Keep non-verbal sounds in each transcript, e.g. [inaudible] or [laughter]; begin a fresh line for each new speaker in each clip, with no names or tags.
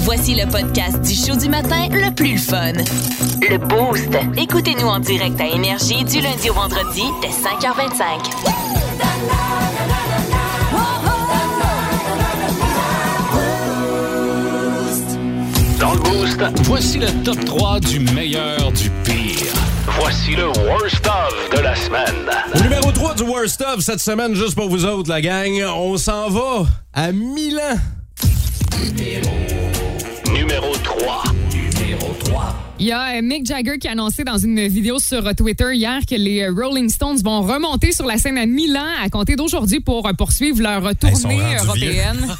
Voici le podcast du show du matin le plus le fun. Le Boost. Écoutez-nous en direct à Énergie du lundi au vendredi dès 5h25.
Dans le boost,
Voici le top 3 du meilleur du pire.
voici le worst of de la semaine.
Au numéro 3 du Worst Of cette semaine, juste pour vous autres, la gang, on s'en va à Milan.
Numéro 3.
Il y a euh, Mick Jagger qui a annoncé dans une vidéo sur euh, Twitter hier que les euh, Rolling Stones vont remonter sur la scène à Milan à compter d'aujourd'hui pour euh, poursuivre leur euh,
ils sont
tournée
rendus [laughs]
européenne.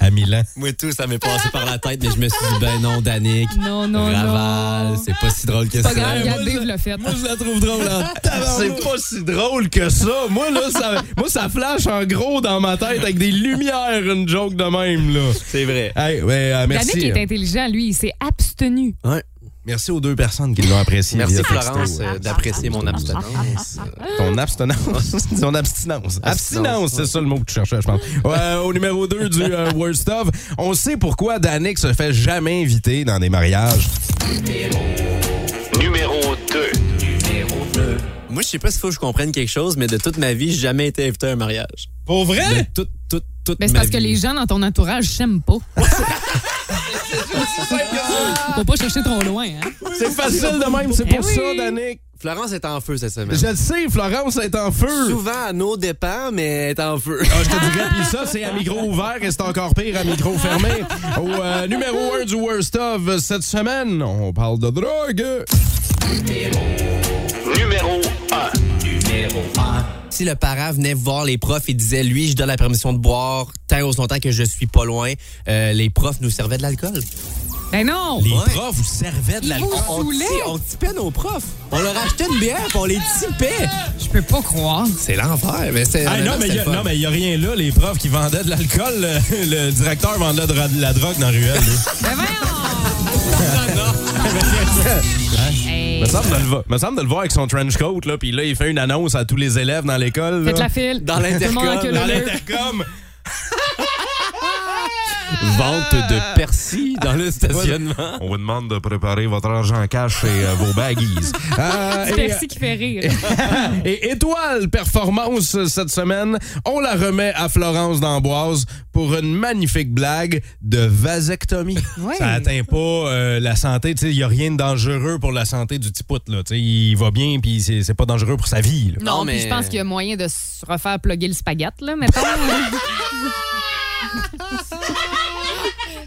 à Milan.
Moi, tout, ça m'est passé par la tête, mais je me suis dit, ben non, Danick.
Non, non,
Raval,
non.
c'est pas si drôle que
Pas
ça.
grave,
Moi,
regarde, Dave l'a fait.
je la trouve drôle. hein.
[laughs] C'est pas si drôle que ça. Moi, là, ça, moi, ça flash en gros dans ma tête avec des lumières, une joke de même, là.
C'est vrai.
Hey, ouais, euh,
Yannick
merci.
est intelligent, lui, il s'est abstenu.
Ah,
Ouais. Merci aux deux personnes qui l'ont apprécié.
Merci
via texto.
Florence euh, d'apprécier mon abstinence.
Ton abstinence. Ton abstinence. Abstinence, c'est ça le mot que tu cherchais, je pense. Ouais, au numéro 2 du euh, Worst Of, on sait pourquoi Danick se fait jamais inviter dans des mariages.
Numéro 2.
Moi, je sais pas s'il faut que je comprenne quelque chose, mais de toute ma vie, j'ai jamais été invité à un mariage.
Pour
De toute, toute, toute
Ben, Hein? c'est
ma
parce que
vie.
les gens dans ton entourage s'aiment
[laughs]
pas.
Oh
Faut pas chercher trop loin. Hein?
C'est facile de même, c'est
Eh
pour
oui.
ça, Danick.
Florence est en feu cette semaine.
Je le sais, Florence est en feu.
Souvent à nos dépens, mais elle est en feu.
Ah, je te dirais, puis ça, c'est à micro ouvert et c'est encore pire à micro fermé. Au euh, numéro 1 du Worst Of cette semaine, on parle de drogue.
Numéro 1.
[laughs] Si le parent venait voir les profs et disait, lui, je donne la permission de boire tant et aussi longtemps que je suis pas loin, euh, les profs nous servaient de l'alcool.
Ben non!
Les profs vous servaient de l'alcool.
vous
On,
saoulaient.
ti- on tipait nos profs. On leur achetait une bière puis on les tipait.
Je peux pas croire.
C'est l'enfer, mais c'est.
Ah non, mais il y a- non, mais il n'y a rien là. Les profs qui vendaient de l'alcool, le, [laughs] le directeur vendait de, la- de la drogue dans la
[laughs]
ruelle. là.
Ben voyons! Hey,
me, semble de le, vo- me semble de le voir avec son trench coat, là, puis là, il fait une annonce à tous les élèves dans l'école. là.
Faites la file.
Dans
Tout
l'intercom,
le monde en queue
Dans
leu-leu.
[laughs] l'intercom.
Vente de persil dans le stationnement.
On vous demande de préparer votre argent cash et euh, vos baggies. [laughs] Euh,
C'est
et,
Percy qui fait rire.
[laughs] et étoile performance euh, cette semaine, on la remet à Florence d'Amboise pour une magnifique blague de vasectomie.
Ouais.
Ça atteint pas euh, la santé, tu sais, il y a rien de dangereux pour la santé du petit pout là, tu sais, il va bien puis c'est c'est pas dangereux pour sa vie. là.
Non,
Non,
mais...
mais-
je pense qu'il y a moyen de se refaire plugger le spaghette, là,
[laughs]
mettons.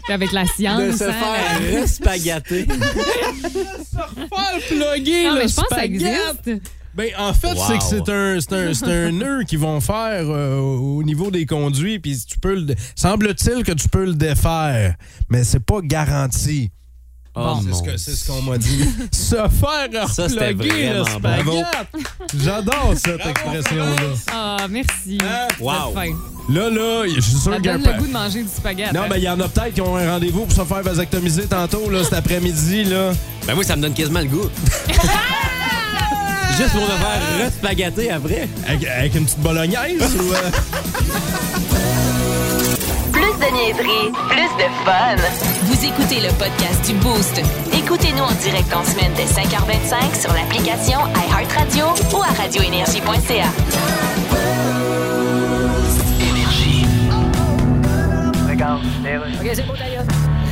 Puis avec la science.
De se
hein,
faire
[laughs]
respagater.
la- Non, mais je pense que ça existe.
Ben, en fait,
Wow.
c'est que c'est un, c'est un, c'est un nœud qu'ils vont faire euh, au niveau des conduits, puis tu peux le, semble-t-il que tu peux le défaire, mais c'est pas garanti.
Oh,
Ah, c'est ce
mon
que- c'est ce qu'on m'a dit. [laughs] Se faire
Ça, c'était
reploguer le
vraiment bon.
spaghette. J'adore cette expression-là.
Ah, merci.
wow.
Fin.
Là, là, je suis
Ça
sûr qu'il y a un
donne
pa-
le goût de manger du spaghette.
Non,
hein.
mais il y en a peut-être qui ont un rendez-vous pour se faire vasectomiser tantôt, là, cet après-midi, là.
Ben moi, ça me donne quasiment
[laughs]
le goût. Juste pour me faire respagater après.
Avec, avec une petite bolognaise ou... euh?
Plus de niaiserie, plus de fun. Vous écoutez le podcast du Boost. Écoutez-nous en direct en semaine dès 5h25 sur l'application iHeartRadio ou à radioénergie.ca.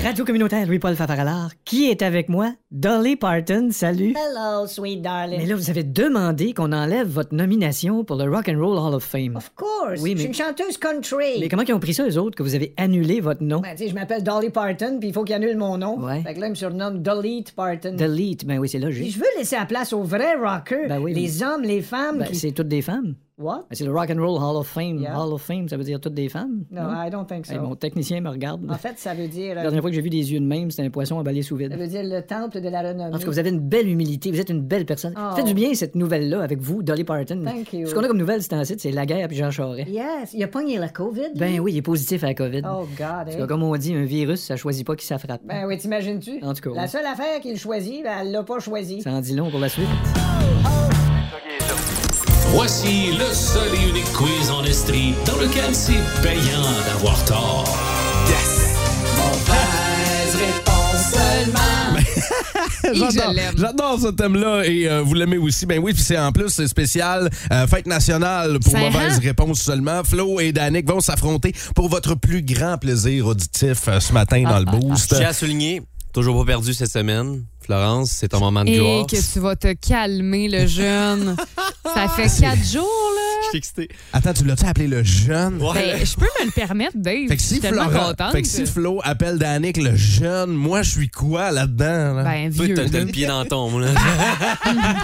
Radio communautaire Louis-Paul Favaralard, qui est avec moi? Dolly Parton, salut.
Hello, sweet darling.
Mais là, vous avez demandé qu'on enlève votre nomination pour le Rock and Roll Hall of Fame.
Of course.
Oui, mais-
Je suis une chanteuse country.
Mais comment ils ont pris ça, eux autres, que vous avez annulé votre nom?
Ben, tu sais, je m'appelle Dolly Parton, puis il faut qu'il annule mon nom.
Ouais.
Fait que là, il me surnomme Delete Parton.
Delete, ben oui, c'est
Puis
logique.
je veux laisser la place aux vrais rockers,
Ben oui,
les hommes, les femmes
Ben,
qui...
c'est toutes des femmes.
What?
Ben, c'est le Rock and Roll Hall of Fame.
Yeah.
Hall of Fame, ça veut dire toutes des femmes?
No, I don't think so.
Hey, mon technicien me regarde.
En fait, ça veut dire...
La
euh,
dernière fois que j'ai vu des yeux de même, c'était un poisson emballé sous
ça
vide.
veut dire le temple de la renommée.
En tout cas, vous avez une belle humilité, vous êtes une belle personne.
Oh.
Faites du bien cette nouvelle-là avec vous, Dolly Parton.
Thank you.
Ce qu'on a comme nouvelle, c'est en site, c'est la guerre puis Jean Charest.
Yes, il a pogné la COVID.
Ben
lui.
oui, il est positif à la COVID.
Oh, God,
Parce
eh.
que comme on dit, un virus, ça choisit pas qui ça frappe.
Ben oui, t'imagines-tu?
En tout cas,
La
oui.
seule affaire qu'il choisit, ben, elle l'a pas choisie.
Ça en dit long pour la suite.
Voici le seul et unique quiz en estrie dans lequel c'est payant d'avoir tort. Yes! Mon père
Ben,
[laughs]
J'adore-
je l'aime.
J'adore ce thème-là et euh, vous l'aimez aussi. Ben oui, puis c'est en plus c'est spécial euh, fête nationale pour
Ça
mauvaise
rend.
réponse seulement. Flo et Danick vont s'affronter pour votre plus grand plaisir auditif euh, ce matin
Ah,
dans le boost.
J'ai à souligner, toujours pas perdu cette semaine. Florence, c'est ton moment de
Et
gloire.
que tu vas te calmer, le jeune. Ça fait quatre jours, là.
suis excité.
Attends, tu l'as-tu appelé le jeune?
Ben, je peux me le permettre, Dave.
[laughs] Fait que,
je suis
si
tellement
Florent-
contente.
fait que si Flo appelle Danick le jeune, moi je suis quoi là-dedans? là?
Ben,
Toi,
vieux.
t'as
là.
t'as le pied dans ton, là.
[laughs]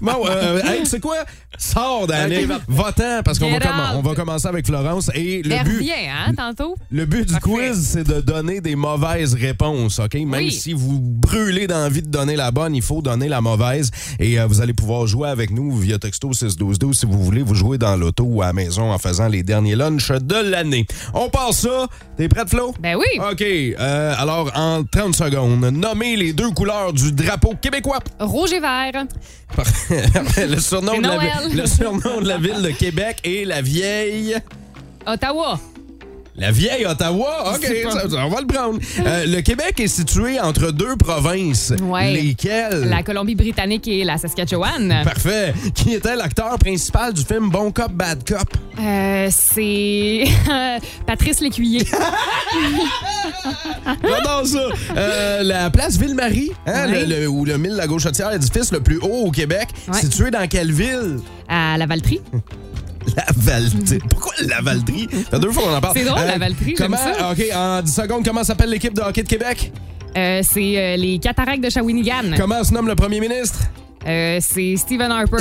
Bon, euh, hey, tu sais quoi? Sors, Danick. Va-t'en, parce qu'on va,
Get out.
commen- on va commencer avec Florence. Et le
Elle
but,
revient, hein, tantôt?
Le but du
Parfait.
quiz, c'est de donner des mauvaises réponses, OK? Même
Oui.
si vous brûlez d'envie de donner la bonne, il faut donner la mauvaise. Et euh, vous allez pouvoir jouer avec nous via texto 61212 si vous voulez vous jouer dans l'auto ou à la maison en faisant les derniers lunchs de l'année. On part ça. T'es prête, Flo?
Ben oui.
OK. euh, alors, en 30 secondes, nommez les deux couleurs du drapeau québécois.
Rouge et vert.
Parfait. [laughs] le, surnom
C'est
de la,
Noël.
vi- le surnom de la ville de Québec et la vieille...
Ottawa.
La vieille Ottawa, ok,
sais pas.
ça- ça, on va le prendre. Euh, le Québec est situé entre deux provinces.
Ouais.
Lesquelles?
La Colombie-Britannique et la Saskatchewan.
Parfait. Qui était l'acteur principal du film Bon Cop, Bad Cop?
Euh, c'est [laughs] Patrice Lécuyer.
J'adore ça. Euh, la place Ville-Marie, hein,
Ah! Ouais.
le, le- où le mille la gauche tiers l'édifice le plus haut au Québec,
Ouais.
situé dans quelle ville?
À la Valtrie.
La Valtrie. Pourquoi la Valtrie? Ça fait deux fois qu'on en parle. Euh,
C'est drôle, la Valtrie, j'aime
Comment,
ça.
OK, en 10 secondes, comment s'appelle l'équipe de hockey de Québec?
Euh, c'est euh, les cataractes de Shawinigan.
Comment se nomme le premier ministre?
Euh, c'est Stephen
[laughs]
Harper.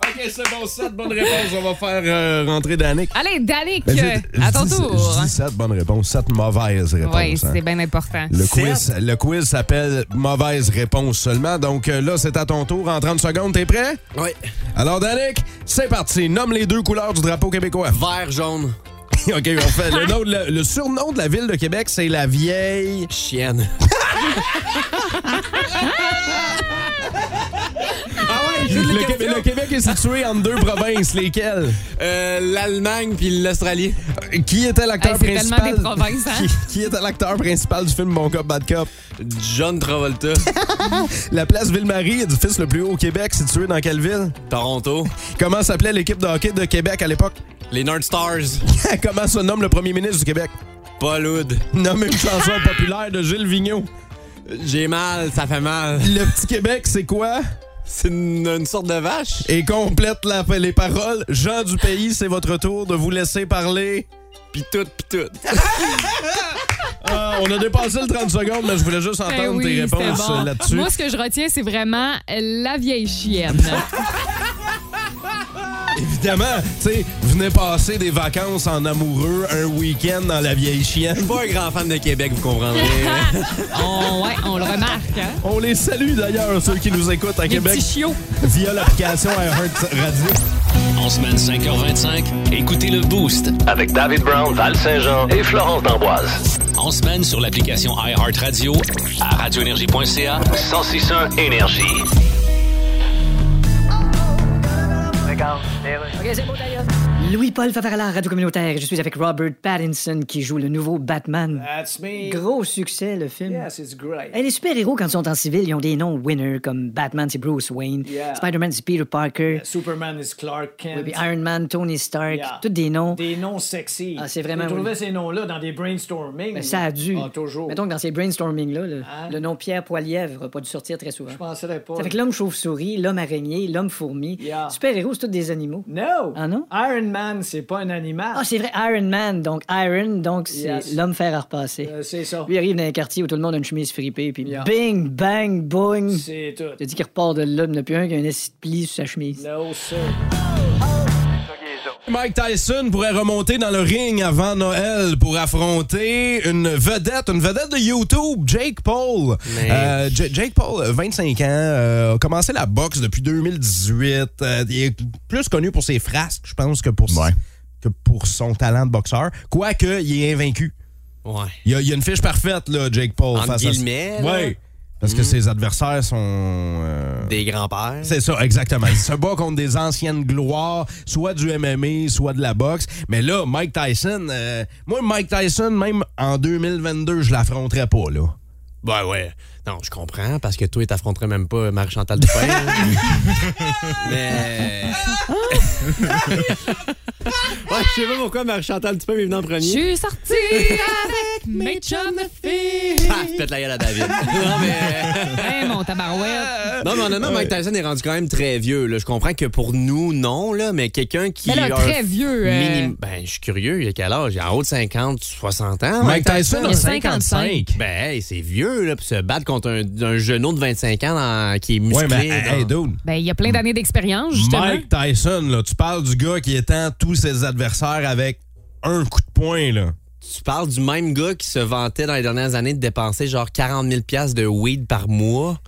OK, c'est bon, 7 bonnes réponses. On va faire euh, rentrer Danick.
Allez, Danick,
Ben,
euh,
je- je
Ah, à ton
dis-
tour.
Je dis 7 bonnes réponses, 7 mauvaises réponses.
Oui,
hein.
c'est bien important.
Le quiz, le quiz s'appelle Mauvaise réponse seulement. Donc euh, là, c'est à ton tour en 30 secondes. T'es prêt?
[laughs] ouais.
Alors, Danick, c'est parti. Nomme les deux couleurs du drapeau québécois.
Vert, jaune,
[laughs] OK, on fait. Le, nom de la- le surnom de la ville de Québec, c'est la vieille.
chienne.
Ah ouais, le, Québec- le Québec est situé entre
[laughs]
deux provinces. Lesquelles?
Euh, L'Allemagne puis l'Australie.
Euh, Qui était l'acteur
Hey, c'est tellement
principal?
des provinces, hein?
[laughs] qui, qui était l'acteur principal du film Bon Cop, Bad Cop?
[laughs]
John Travolta.
La place Ville-Marie, édifice le plus haut au Québec, situé dans quelle ville?
Toronto.
Comment s'appelait l'équipe de hockey de Québec à l'époque? [laughs]
Les North Stars.
Comment se nomme le premier ministre du Québec?
Paul Hood.
[laughs]
Nommez une chanson populaire de Gilles Vigneault.
J'ai mal, ça fait mal.
Le petit Québec, c'est quoi?
C'est une, une sorte de vache.
Et complète la- les paroles. Jean du pays, c'est votre tour de vous laisser parler.
Pis tout, pis tout.
[laughs]
Ah, on a dépassé le 30 secondes, mais je voulais juste entendre
Ben oui,
tes
c'était
réponses
bon.
euh, là-dessus.
Moi, ce que je retiens, c'est vraiment la vieille
[laughs]
chienne.
Évidemment, tu sais, venez passer des vacances en amoureux, un week-end dans la vieille
Je
chienne.
suis pas un grand fan de Québec, vous comprendrez.
on, ouais, on le remarque. Hein?
[laughs] On les salue d'ailleurs, ceux qui nous écoutent à
Les
Québec
petits chiots.
via l'application iHeart Radio.
En semaine 5h25, écoutez le Boost.
Avec David Brown, Val Saint-Jean et Florence D'Amboise.
En semaine sur l'application iHeartRadio à radioénergie.ca.
1061 Énergie.
Louis-Paul Favarala, Radio Communautaire. Je suis avec Robert Pattinson qui joue le nouveau Batman.
That's me.
Gros succès, le film.
Yes, it's great.
Hey, les super-héros, quand ils sont en civil, ils ont des noms winners comme Batman, c'est Bruce Wayne.
Yeah.
Spider-Man, c'est Peter Parker.
Superman is Clark Kent.
Puis Iron Man, Tony Stark.
Yeah.
Tous des noms.
Des noms sexy.
Ah, c'est vraiment- Ben,
J'ai trouvé ces noms-là dans des brainstorming.
Mais ça a dû.
Ah, toujours.
Mettons que dans ces brainstorming-là, le,
Hein?
le nom Pierre Poilièvre n'a pas dû sortir très souvent.
Je penserais pas.
C'est avec l'homme chauve-souris, l'homme araignée, l'homme fourmi.
Yeah.
Super-héros, c'est tous des animaux.
No!
Ah, non?
Iron Man, c'est pas un animal.
Ah, c'est vrai, Iron Man. Donc, Iron, donc c'est
Yes.
l'homme fer à repasser.
Euh, c'est ça.
Lui il arrive dans un quartier où tout le monde a une chemise fripée, puis
Yeah.
bing, bang, boing.
C'est tout.
T'as dit qu'il repart de là, il n'y en a plus un qui a un acide pli sur sa chemise.
No, sir.
Mike Tyson pourrait remonter dans le ring avant Noël pour affronter une vedette, une vedette de YouTube, Jake Paul.
Mais-
Euh, J- Jake Paul, 25 ans, euh, a commencé la boxe depuis 2018. Euh, il est plus connu pour ses frasques, je pense, que pour, que pour son talent de boxeur. Quoique, il est invaincu.
Ouais.
Il y a, il y a une fiche parfaite, là, Jake Paul.
Entre guillemets, là. Mm-hmm.
Oui. Parce que ses adversaires sont... euh,
Des grands-pères.
c'est ça, exactement. Il se bat contre des anciennes gloires, soit du MMA, soit de la boxe. Mais là, Mike Tyson, euh, moi, Mike Tyson, même en 2022, je l'affronterais pas, là.
Ben ouais. Non, je comprends, parce que toi, t'affronterais même pas Marie-Chantal Dupin.
[laughs]
hein. Mais. [laughs] ouais, je sais pas pourquoi Marie-Chantal Dupin est venue en
Je
premier.
suis sortie avec mes chums de filles.
Ah, pète la gueule à David. non, mais.
Hey, Hein, mon
Ah.
tabarouette.
[laughs] Non, mais honnêtement, Mike Tyson est rendu quand même très vieux. là. Je comprends que pour nous, non, là, mais quelqu'un qui.
Mais là,
a un
très vieux, euh.
minim- Ben, je suis curieux, il a quel âge? Il a en haut de 50, 60 ans.
Mike Tyson
Il
a
a 55.
55.
Ben, hey, c'est vieux, là, pour se battre contre un, un genou de 25 ans dans- qui est
Ouais,
musclé.
mais
dans-
hey, dude.
Ben, il y a plein d'années d'expérience, justement.
Mike Tyson, là, tu parles du gars qui étend tous ses adversaires avec un coup de poing. Là.
Tu parles du même gars qui se vantait dans les dernières années de dépenser genre 40 000 piastres de weed par mois.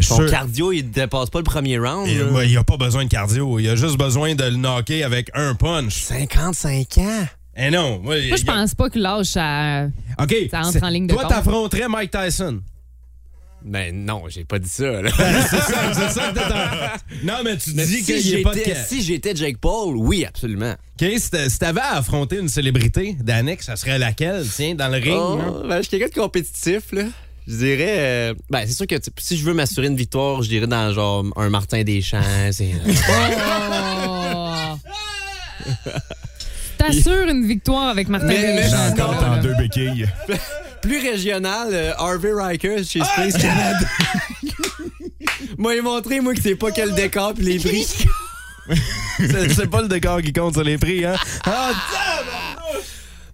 Son
Sûr.
cardio, il dépasse pas le premier round.
Il
là.
ben, il a pas besoin de cardio. Il a juste besoin de le knocker avec un punch.
55 ans.
Eh non. moi,
Moi, je
il-
pense pas que l'âge, ça.
[laughs] OK.
Ça entre
c'est-
en ligne de
Toi,
compte.
t'affronterais Mike Tyson.
Ben non, j'ai pas dit ça. là.
c'est ça, c'est ça que
[laughs]
t'attends. Non, mais tu Ben, dis
si,
qu'il n'y a pas de
j'étais-
ca-
si j'étais Jake Paul, oui, absolument.
OK, si t'a- si t'avais à affronter une célébrité, Danick, ça serait laquelle, tiens, dans le ring? hein?
Oh, ben, je suis quelqu'un de compétitif, là. Je dirais. euh, ben, c'est sûr que tu- si je veux m'assurer une victoire, je dirais dans genre un Martin Deschamps. c'est-
Oh. T'assures une victoire avec Martin
Mais- mais-
Deschamps.
J'entends
Encore en deux béquilles.
Plus régional, euh, Harvey Riker
Ah!
chez Space Canada.
[laughs]
moi, il montré, moi, que c'est pas quel décor pis les prix.
[laughs] [laughs] C'est c'est pas le décor qui compte, c'est les prix,
[laughs]
hein? Ah,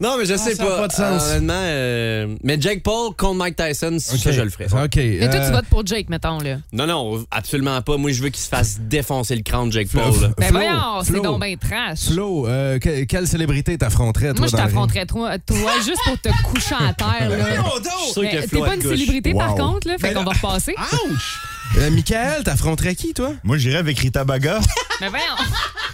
Non, mais je sais
ça a
pas.
pas de sens.
Honnêtement, euh, mais Jake Paul contre Mike Tyson, ça, je le ferais.
OK.
Mais toi, tu
euh,
votes pour Jake, mettons, là.
Non, non, absolument pas. Moi, je veux qu'il se fasse défoncer le crâne, Jake
Flo-
Paul. là.
Ben
Flo,
voyons, c'est
Flo,
donc ben trash.
Flo, euh, que- quelle célébrité t'affronterais, toi,
Moi, je
dans le ring?
t'affronterais toi, toi juste pour te coucher à terre,
[laughs]
là.
Je suis sûr
Mais
que
T'es
Flo,
pas
elle
une
couche.
célébrité,
Wow.
par contre, là. Fait
Mais
qu'on va
là-
repasser.
Ouch! Euh, Michael, t'affronterais qui, toi?
Moi, j'irais avec Rita Baga.
Mais Ben, voyons.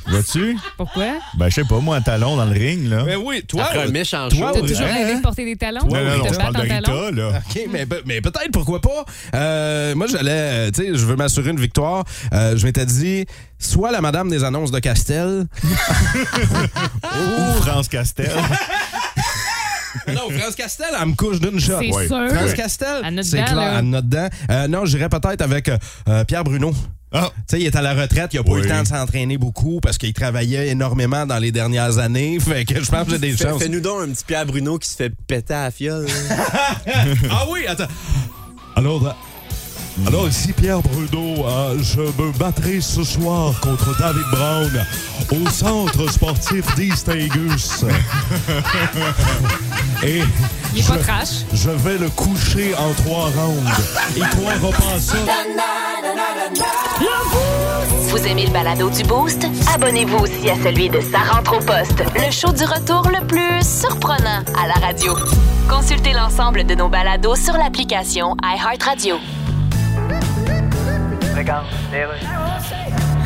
Vois-tu?
Pourquoi?
Ben, je sais pas, moi, un talon dans le ring, là.
Ben oui, toi.
Après un méchant
toi,
show.
T'as
Ouais,
toujours
hein?
rêvé de porter des talons?
non, non,
de
non,
te
je parle
battre
de
en talons?
Rita, là.
OK, mais, pe- mais peut-être, pourquoi pas? Euh, moi, j'allais, euh, tu sais, je veux m'assurer une victoire. Euh, je m'étais dit, soit la madame des annonces de Castel.
Ou France Castel.
[laughs] non, France Castel, elle me couche d'une shot.
C'est
Ouais.
sûr.
France Castel,
À notre
c'est
dent,
clair,
là.
à notre dent. Euh, non, j'irais peut-être avec euh, euh, Pierre Bruno.
Ah,
Tu sais, il est à la retraite, il a pas eu
Oui.
le temps de s'entraîner beaucoup parce qu'il travaillait énormément dans les dernières années. [laughs] Fait que je pense que j'ai des
Fais-
chances.
Fais-nous donc un petit Pierre Bruno qui se fait péter à la
[laughs]
fiole.
Ah oui, attends. Alors, euh, alors ici Pierre Bruno, euh, je me battrai ce soir contre David Brown au centre sportif d'Istingus. Et
Il est pas trash.
je vais le coucher en trois rounds. Il croira pas à ça.
Vous aimez le balado du Boost? Abonnez-vous aussi à celui de Sa rentre au poste, le show du retour le plus surprenant à la radio. Consultez l'ensemble de nos balados sur l'application iHeartRadio.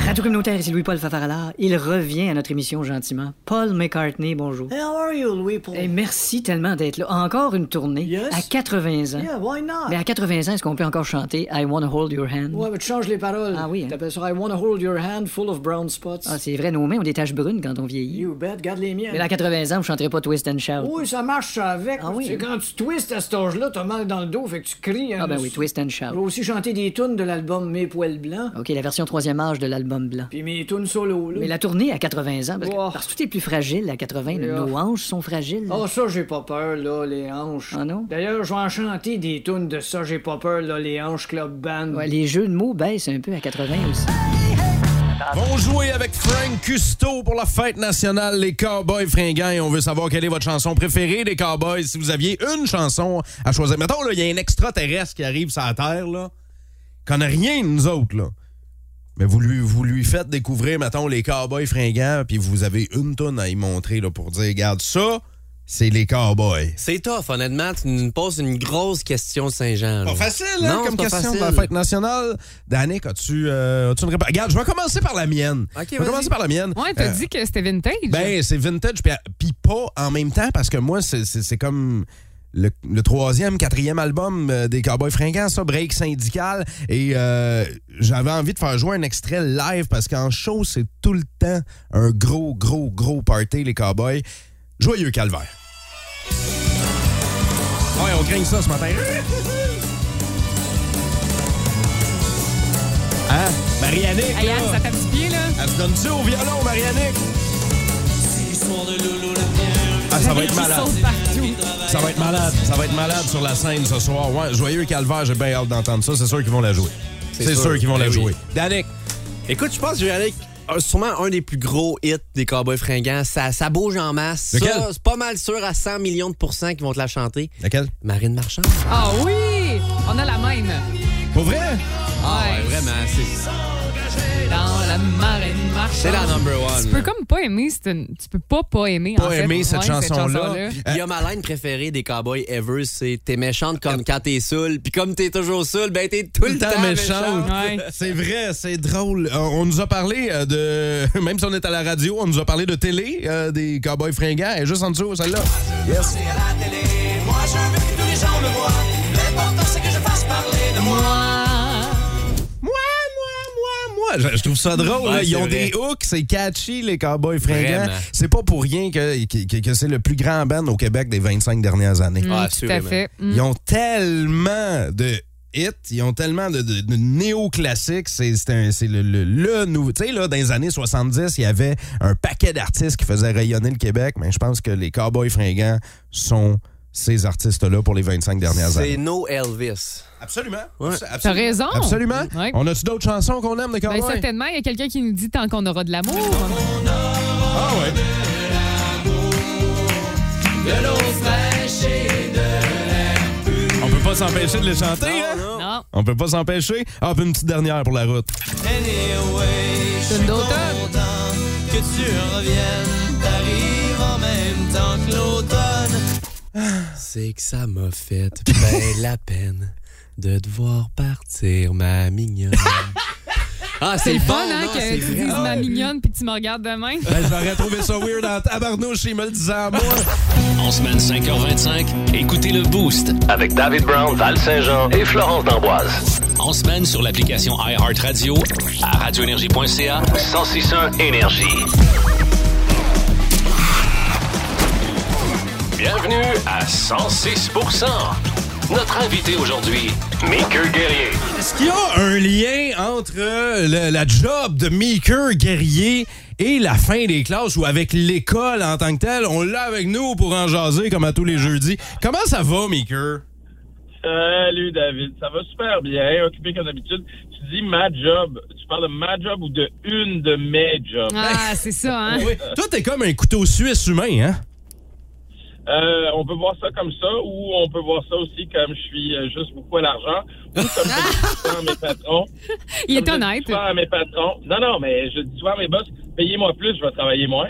Radio communautaire, ici Louis-Paul Fafaralard. Il revient à notre émission gentiment. Paul McCartney, bonjour.
How are you, Louis Paul?
Et merci tellement d'être là. Encore une tournée
Yes.
à 80 ans.
Yeah, why not?
Mais à 80 ans, est-ce qu'on peut encore chanter I Wanna Hold Your Hand?
Ouais, mais tu changes les paroles.
Ah oui, hein?
T'appelles ça I wanna hold your hand full of brown spots.
Ah, c'est vrai, nos mains ont des taches brunes quand on vieillit.
you bet, garde les
Mais
miennes.
à 80 ans, vous chanterez pas Twist and Shout.
Oui, ça marche ça avec.
Ah oui.
C'est quand tu twistes à cet âge-là, t'as mal dans le dos, fait que tu cries. hein,
ah ben
le-
oui, Twist and
J'ai
Shout.
aussi chanté des tunes de l'album Mes poils blancs,
OK, la version troisième âge de l'album blanc.
puis mes tunes solo. Là.
Mais la tournée à 80 ans, parce que,
Oh.
parce que tout est plus fragile à 80, là.
Yeah.
nos hanches sont fragiles.
Ah, ça, j'ai pas peur, là, les hanches.
Ah non?
D'ailleurs, je vais en chanter des tunes de ça, j'ai pas peur, là, les hanches club band.
Ouais, les jeux de mots baissent un peu à 80 aussi.
Vont jouer avec Frank Custo pour la fête nationale, les Cowboys fringants. Et on veut savoir quelle est votre chanson préférée des Cowboys. Si vous aviez une chanson à choisir. Mettons, là, il y a un extraterrestre qui arrive sur la Terre, là, qu'on a rien, nous autres, là. Mais vous lui, vous lui faites découvrir, mettons, les Cowboys fringants, puis vous avez une tonne à y montrer, là, pour dire, regarde, ça, c'est les Cowboys.
C'est tough, honnêtement. Tu nous poses une grosse question de Saint-Jean.
Pas
là.
facile, hein,
Non,
comme
c'est pas
question
facile.
de la fête nationale. Danick, as-tu euh, as-tu une réponse? Regarde, je vais commencer par la mienne.
Ok,
je vais
vas-y.
commencer par la mienne.
Ouais, t'as
Euh,
dit que c'était vintage.
Ben, c'est vintage, puis- puis pas en même temps, parce que moi, c'est- c'est c'est comme le, le troisième, quatrième album euh, des Cowboys fringants, ça, Break Syndical. Et euh, j'avais envie de faire jouer un extrait live, parce qu'en show, c'est tout le temps un gros, gros, gros party, les Cowboys. Joyeux calvaire. Ouais, on gagne ça ce matin. [laughs] Hein? Marianique!
Hey, Anne, ça tape du pied, là?
Elle se donne-tu au violon, Marianique? Ah, ça va être
Qui
malade.
saute partout.
Ça va être malade. Ça va être malade sur la scène ce soir. Ouais, joyeux calvaire, j'ai bien hâte d'entendre ça. C'est sûr qu'ils vont la jouer. C'est
sûr.
sûr qu'ils vont la
Eh oui.
jouer. Danick,
Écoute, je pense que je vais aller avec un- sûrement un des plus gros hits des Cowboys fringants. Ça, ça bouge en masse.
Lequel?
Ça, c'est pas mal sûr à 100 millions de pourcents qu'ils vont te la chanter.
laquelle?
Marine Marchand.
Ah oui! On a la même.
Pour vrai?
Ah
ouais,
vraiment. c'est-
Dans la marine marchande.
C'est la number
Tu peux
one.
comme pas aimer, cette- tu peux pas pas aimer. en
Pas
fait.
aimé cette
Ouais,
chanson-là.
Il y a ma line préférée des Cowboys ever, c'est t'es méchante comme quand t'es saoul, puis comme t'es toujours saoul, ben t'es tout le temps méchante.
Ouais.
C'est vrai, c'est drôle. Euh, on nous a parlé euh, de. [laughs] Même si on est à la radio, on nous a parlé de télé, euh, des cowboys fringants. Elle est juste en dessous, celle-là. Yes. Moi, moi, moi, moi. Je, je trouve ça drôle.
Ouais,
là. Ils
c'est
ont
vrai.
des hooks, c'est catchy, les cowboys fringants.
Vraiment.
C'est pas pour rien que, que, que- que c'est le plus grand band au Québec des 25 dernières années.
Mm,
Ah,
tout à
assurément.
fait. Mm.
Ils ont tellement de hits, ils ont tellement de, de, de néoclassiques. C'est c'est un- c'est le, le, le nouveau. Tu sais, là, dans les années 70, il y avait un paquet d'artistes qui faisaient rayonner le Québec, mais je pense que les Cowboys fringants sont ces artistes-là pour les 25 dernières
C'est
années.
no Elvis.
Absolument.
Ouais.
Absolument.
T'as raison.
Absolument.
Ouais.
On a-tu d'autres chansons qu'on aime, les
Ben,
Cowboys?
certainement, il y a quelqu'un qui nous dit tant qu'on aura de l'amour.
ah ouais. On peut pas s'empêcher de les chanter, hein?
Non,
On peut pas s'empêcher. Ah, puis une petite dernière pour la route.
c'est une d'automne.
[sighs] C'est que ça m'a fait ben la peine de devoir partir, ma mignonne. Ah,
C'est le
bon,
fun, hein,
non,
que
c'est
tu
vrai.
dises ma mignonne puis que tu me regardes demain.
Ben, j'aurais trouvé ça weird en tabarnouche, il me le disait à [laughs] moi.
En semaine 5h25, écoutez le Boost.
Avec David Brown, Val Saint-Jean et Florence D'Amboise.
En semaine sur l'application iHeartRadio à radioénergie.ca.
1061 Énergie. Bienvenue à 106%. Notre invité aujourd'hui, Maker Guerrier.
Est-ce qu'il y a un lien entre le- la job de Meeker guerrier et la fin des classes ou avec l'école en tant que telle? On l'a avec nous pour en jaser comme à tous les jeudis. Comment ça va, Meeker?
Salut David, ça va super bien, occupé comme d'habitude. Tu dis ma job, tu parles de ma job ou de une de mes jobs?
Ah, c'est ça, hein?
Toi, t'es comme un couteau suisse humain, hein?
Euh, on peut voir ça comme ça ou on peut voir ça aussi comme je suis euh, juste beaucoup à l'argent ou comme je dis souvent à mes patrons.
Il est
Comme je
honnête.
dis souvent à mes patrons. Non, non, mais je dis souvent à mes boss, payez-moi plus, je vais travailler moins.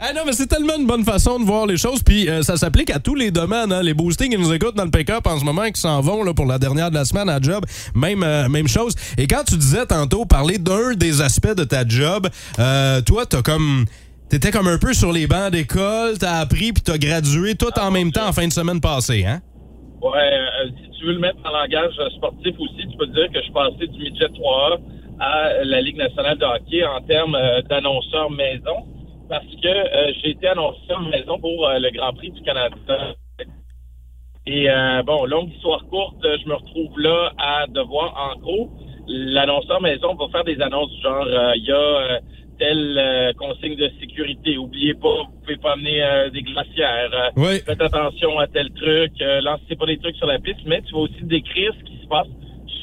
Ah non, mais c'est tellement une bonne façon de voir les choses, puis euh, ça s'applique à tous les domaines. Hein? Les boosting qui nous écoutent dans le pick-up en ce moment, qui s'en vont là, pour la dernière de la semaine à job, même, euh, même chose. Et quand tu disais tantôt parler d'un des aspects de ta job, euh, toi, t'as comme... T'étais comme un peu sur les bancs d'école, t'as appris puis t'as gradué tout en même temps en fin de semaine passée, hein?
Ouais, euh, si tu veux le mettre en langage euh, sportif aussi, tu peux dire que je suis passé du midget 3A à euh, la Ligue nationale de hockey en termes euh, d'annonceur maison, parce que euh, j'ai été annonceur maison pour euh, le Grand Prix du Canada. Et euh, bon, longue histoire courte, euh, je me retrouve là à devoir, en gros, l'annonceur maison va faire des annonces du genre, euh, il y a euh, telle euh, consigne de sécurité, oubliez pas, vous pouvez pas amener euh, des glacières. euh,
Oui.
faites attention à tel truc, euh, lancez pas des trucs sur la piste, mais tu vas aussi décrire ce qui se passe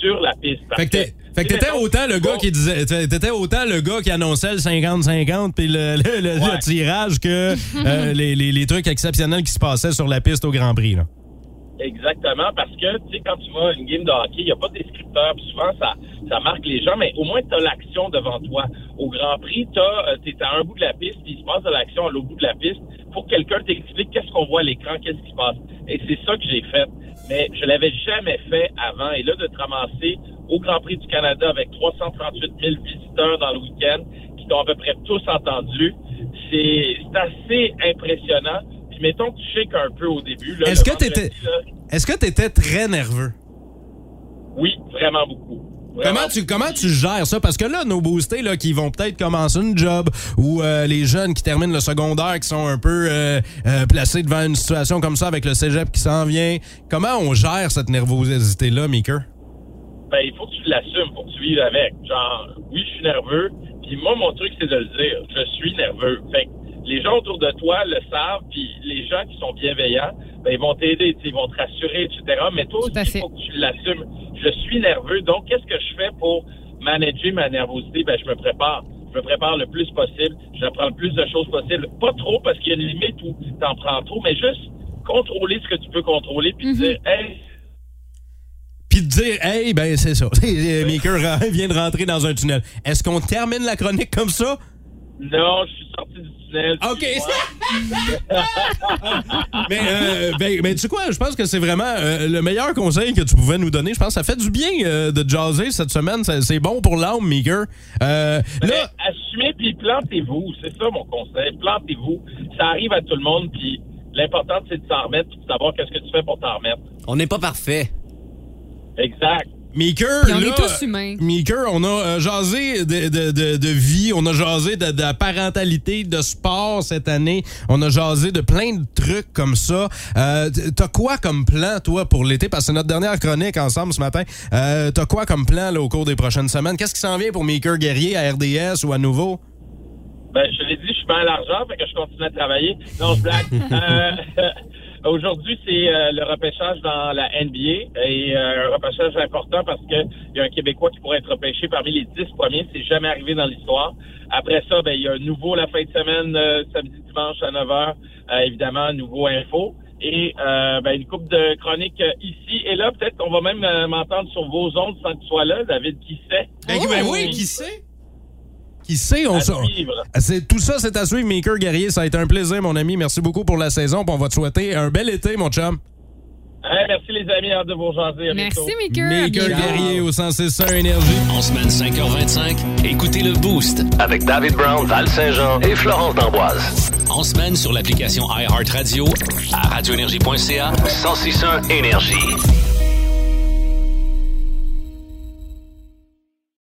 sur la piste.
Fait que t'es- fait que t'étais autant le gars qui disait, t'étais autant le gars qui annonçait le 50-50 puis le, le- le- le
Ouais.
tirage que
[laughs]
euh, les, les- les trucs exceptionnels qui se passaient sur la piste au Grand Prix. Là.
Exactement, parce que, tu sais, quand tu vas à une game de hockey, il n'y a pas de descripteur, puis souvent, ça, ça marque les gens, mais au moins, tu as l'action devant toi. Au Grand Prix, tu es à un bout de la piste, puis il se passe de l'action à l'autre bout de la piste. Faut que quelqu'un t'explique qu'est-ce qu'on voit à l'écran, qu'est-ce qui se passe. Et c'est ça que j'ai fait. Mais je l'avais jamais fait avant. Et là, de te ramasser au Grand Prix du Canada avec 338 000 visiteurs dans le week-end, qui t'ont à peu près tous entendu, c'est c'est assez impressionnant. Puis mettons que tu shakes un peu au début. là,
Est-ce
le
que t'étais-
vendredi, là,
Est-ce que t'étais très nerveux?
oui, vraiment beaucoup. Vraiment
Comment tu,
beaucoup.
comment tu gères ça? Parce que là, nos boostés là, qui vont peut-être commencer une job ou euh, les jeunes qui terminent le secondaire qui sont un peu euh, euh, placés devant une situation comme ça avec le cégep qui s'en vient, comment on gère cette nervosité-là, Meeker?
ben il faut que tu l'assumes, faut que tu vives avec. Genre, oui, je suis nerveux. Puis moi, mon truc, c'est de le dire. Je suis nerveux. Fait que les gens autour de toi le savent, puis les gens qui sont bienveillants, ben, ils vont t'aider, tu sais, ils vont te rassurer, etc. Mais toi aussi, il faut que tu l'assumes. Je suis nerveux, donc qu'est-ce que je fais pour manager ma nervosité? Ben, je me prépare. Je me prépare le plus possible. J'apprends le plus de choses possible. Pas trop, parce qu'il y a une limite où t'en prends trop, mais juste contrôler ce que tu peux contrôler, puis te dire, hey,
Puis de dire, hey, ben c'est ça. [laughs] Maker vient de rentrer dans un tunnel. Est-ce qu'on termine la chronique comme ça?
non, je suis sorti du tunnel.
OK. Mais, euh, ben, ben, tu sais quoi, je pense que c'est vraiment euh, le meilleur conseil que tu pouvais nous donner. Je pense que ça fait du bien euh, de jaser cette semaine. Ça- C'est bon pour l'âme, Meager. Euh, là,
assumez puis plantez-vous. C'est ça mon conseil. Plantez-vous. Ça arrive à tout le monde. Puis l'important, c'est de s'en remettre puis de savoir qu'est-ce que tu fais pour t'en remettre.
On n'est pas parfait.
Exact.
Meeker,
Puis on est
là,
tous
humains.
Meeker, on a euh, jasé de, de- de- de vie, on a jasé de, de parentalité, de sport cette année, on a jasé de plein de trucs comme ça. Euh, t- t'as quoi comme plan, toi, pour l'été? Parce que c'est notre dernière chronique ensemble ce matin. Euh, t'as quoi comme plan là, au cours des prochaines semaines? Qu'est-ce qui s'en vient pour Meeker Guerrier à RDS ou à nouveau?
Ben, je te l'ai dit, je suis mal à l'argent, fait que je continue à travailler. Non, je blague. Euh, [laughs] Aujourd'hui, c'est euh, le repêchage dans la NBA et euh, un repêchage important parce que il y a un Québécois qui pourrait être repêché parmi les dix premiers. C'est jamais arrivé dans l'histoire. Après ça, ben, il y a un nouveau la fin de semaine, euh, samedi, dimanche à 9h. Euh, évidemment, un nouveau info. Et euh, ben, une coupe de chroniques euh, ici et là. Peut-être qu'on va même euh, m'entendre sur vos ondes sans que tu sois là, David, qui sait?
Ben, ben oui, qui sait? Qui sait, on sort. C'est Tout ça, c'est à suivre, Meeker Guerrier. Ça a été un plaisir, mon ami. Merci beaucoup pour la saison. puis on va te souhaiter un bel été, mon chum.
Hey, merci les amis, hâte de vous rejoindre. À bientôt.
Meeker Guerrier au 106.1 Énergie.
En semaine 5h25, écoutez le Boost.
Avec David Brown, Val Saint-Jean et Florence D'Amboise.
En semaine sur l'application iHeartRadio à radioénergie.ca.
1061 Énergie.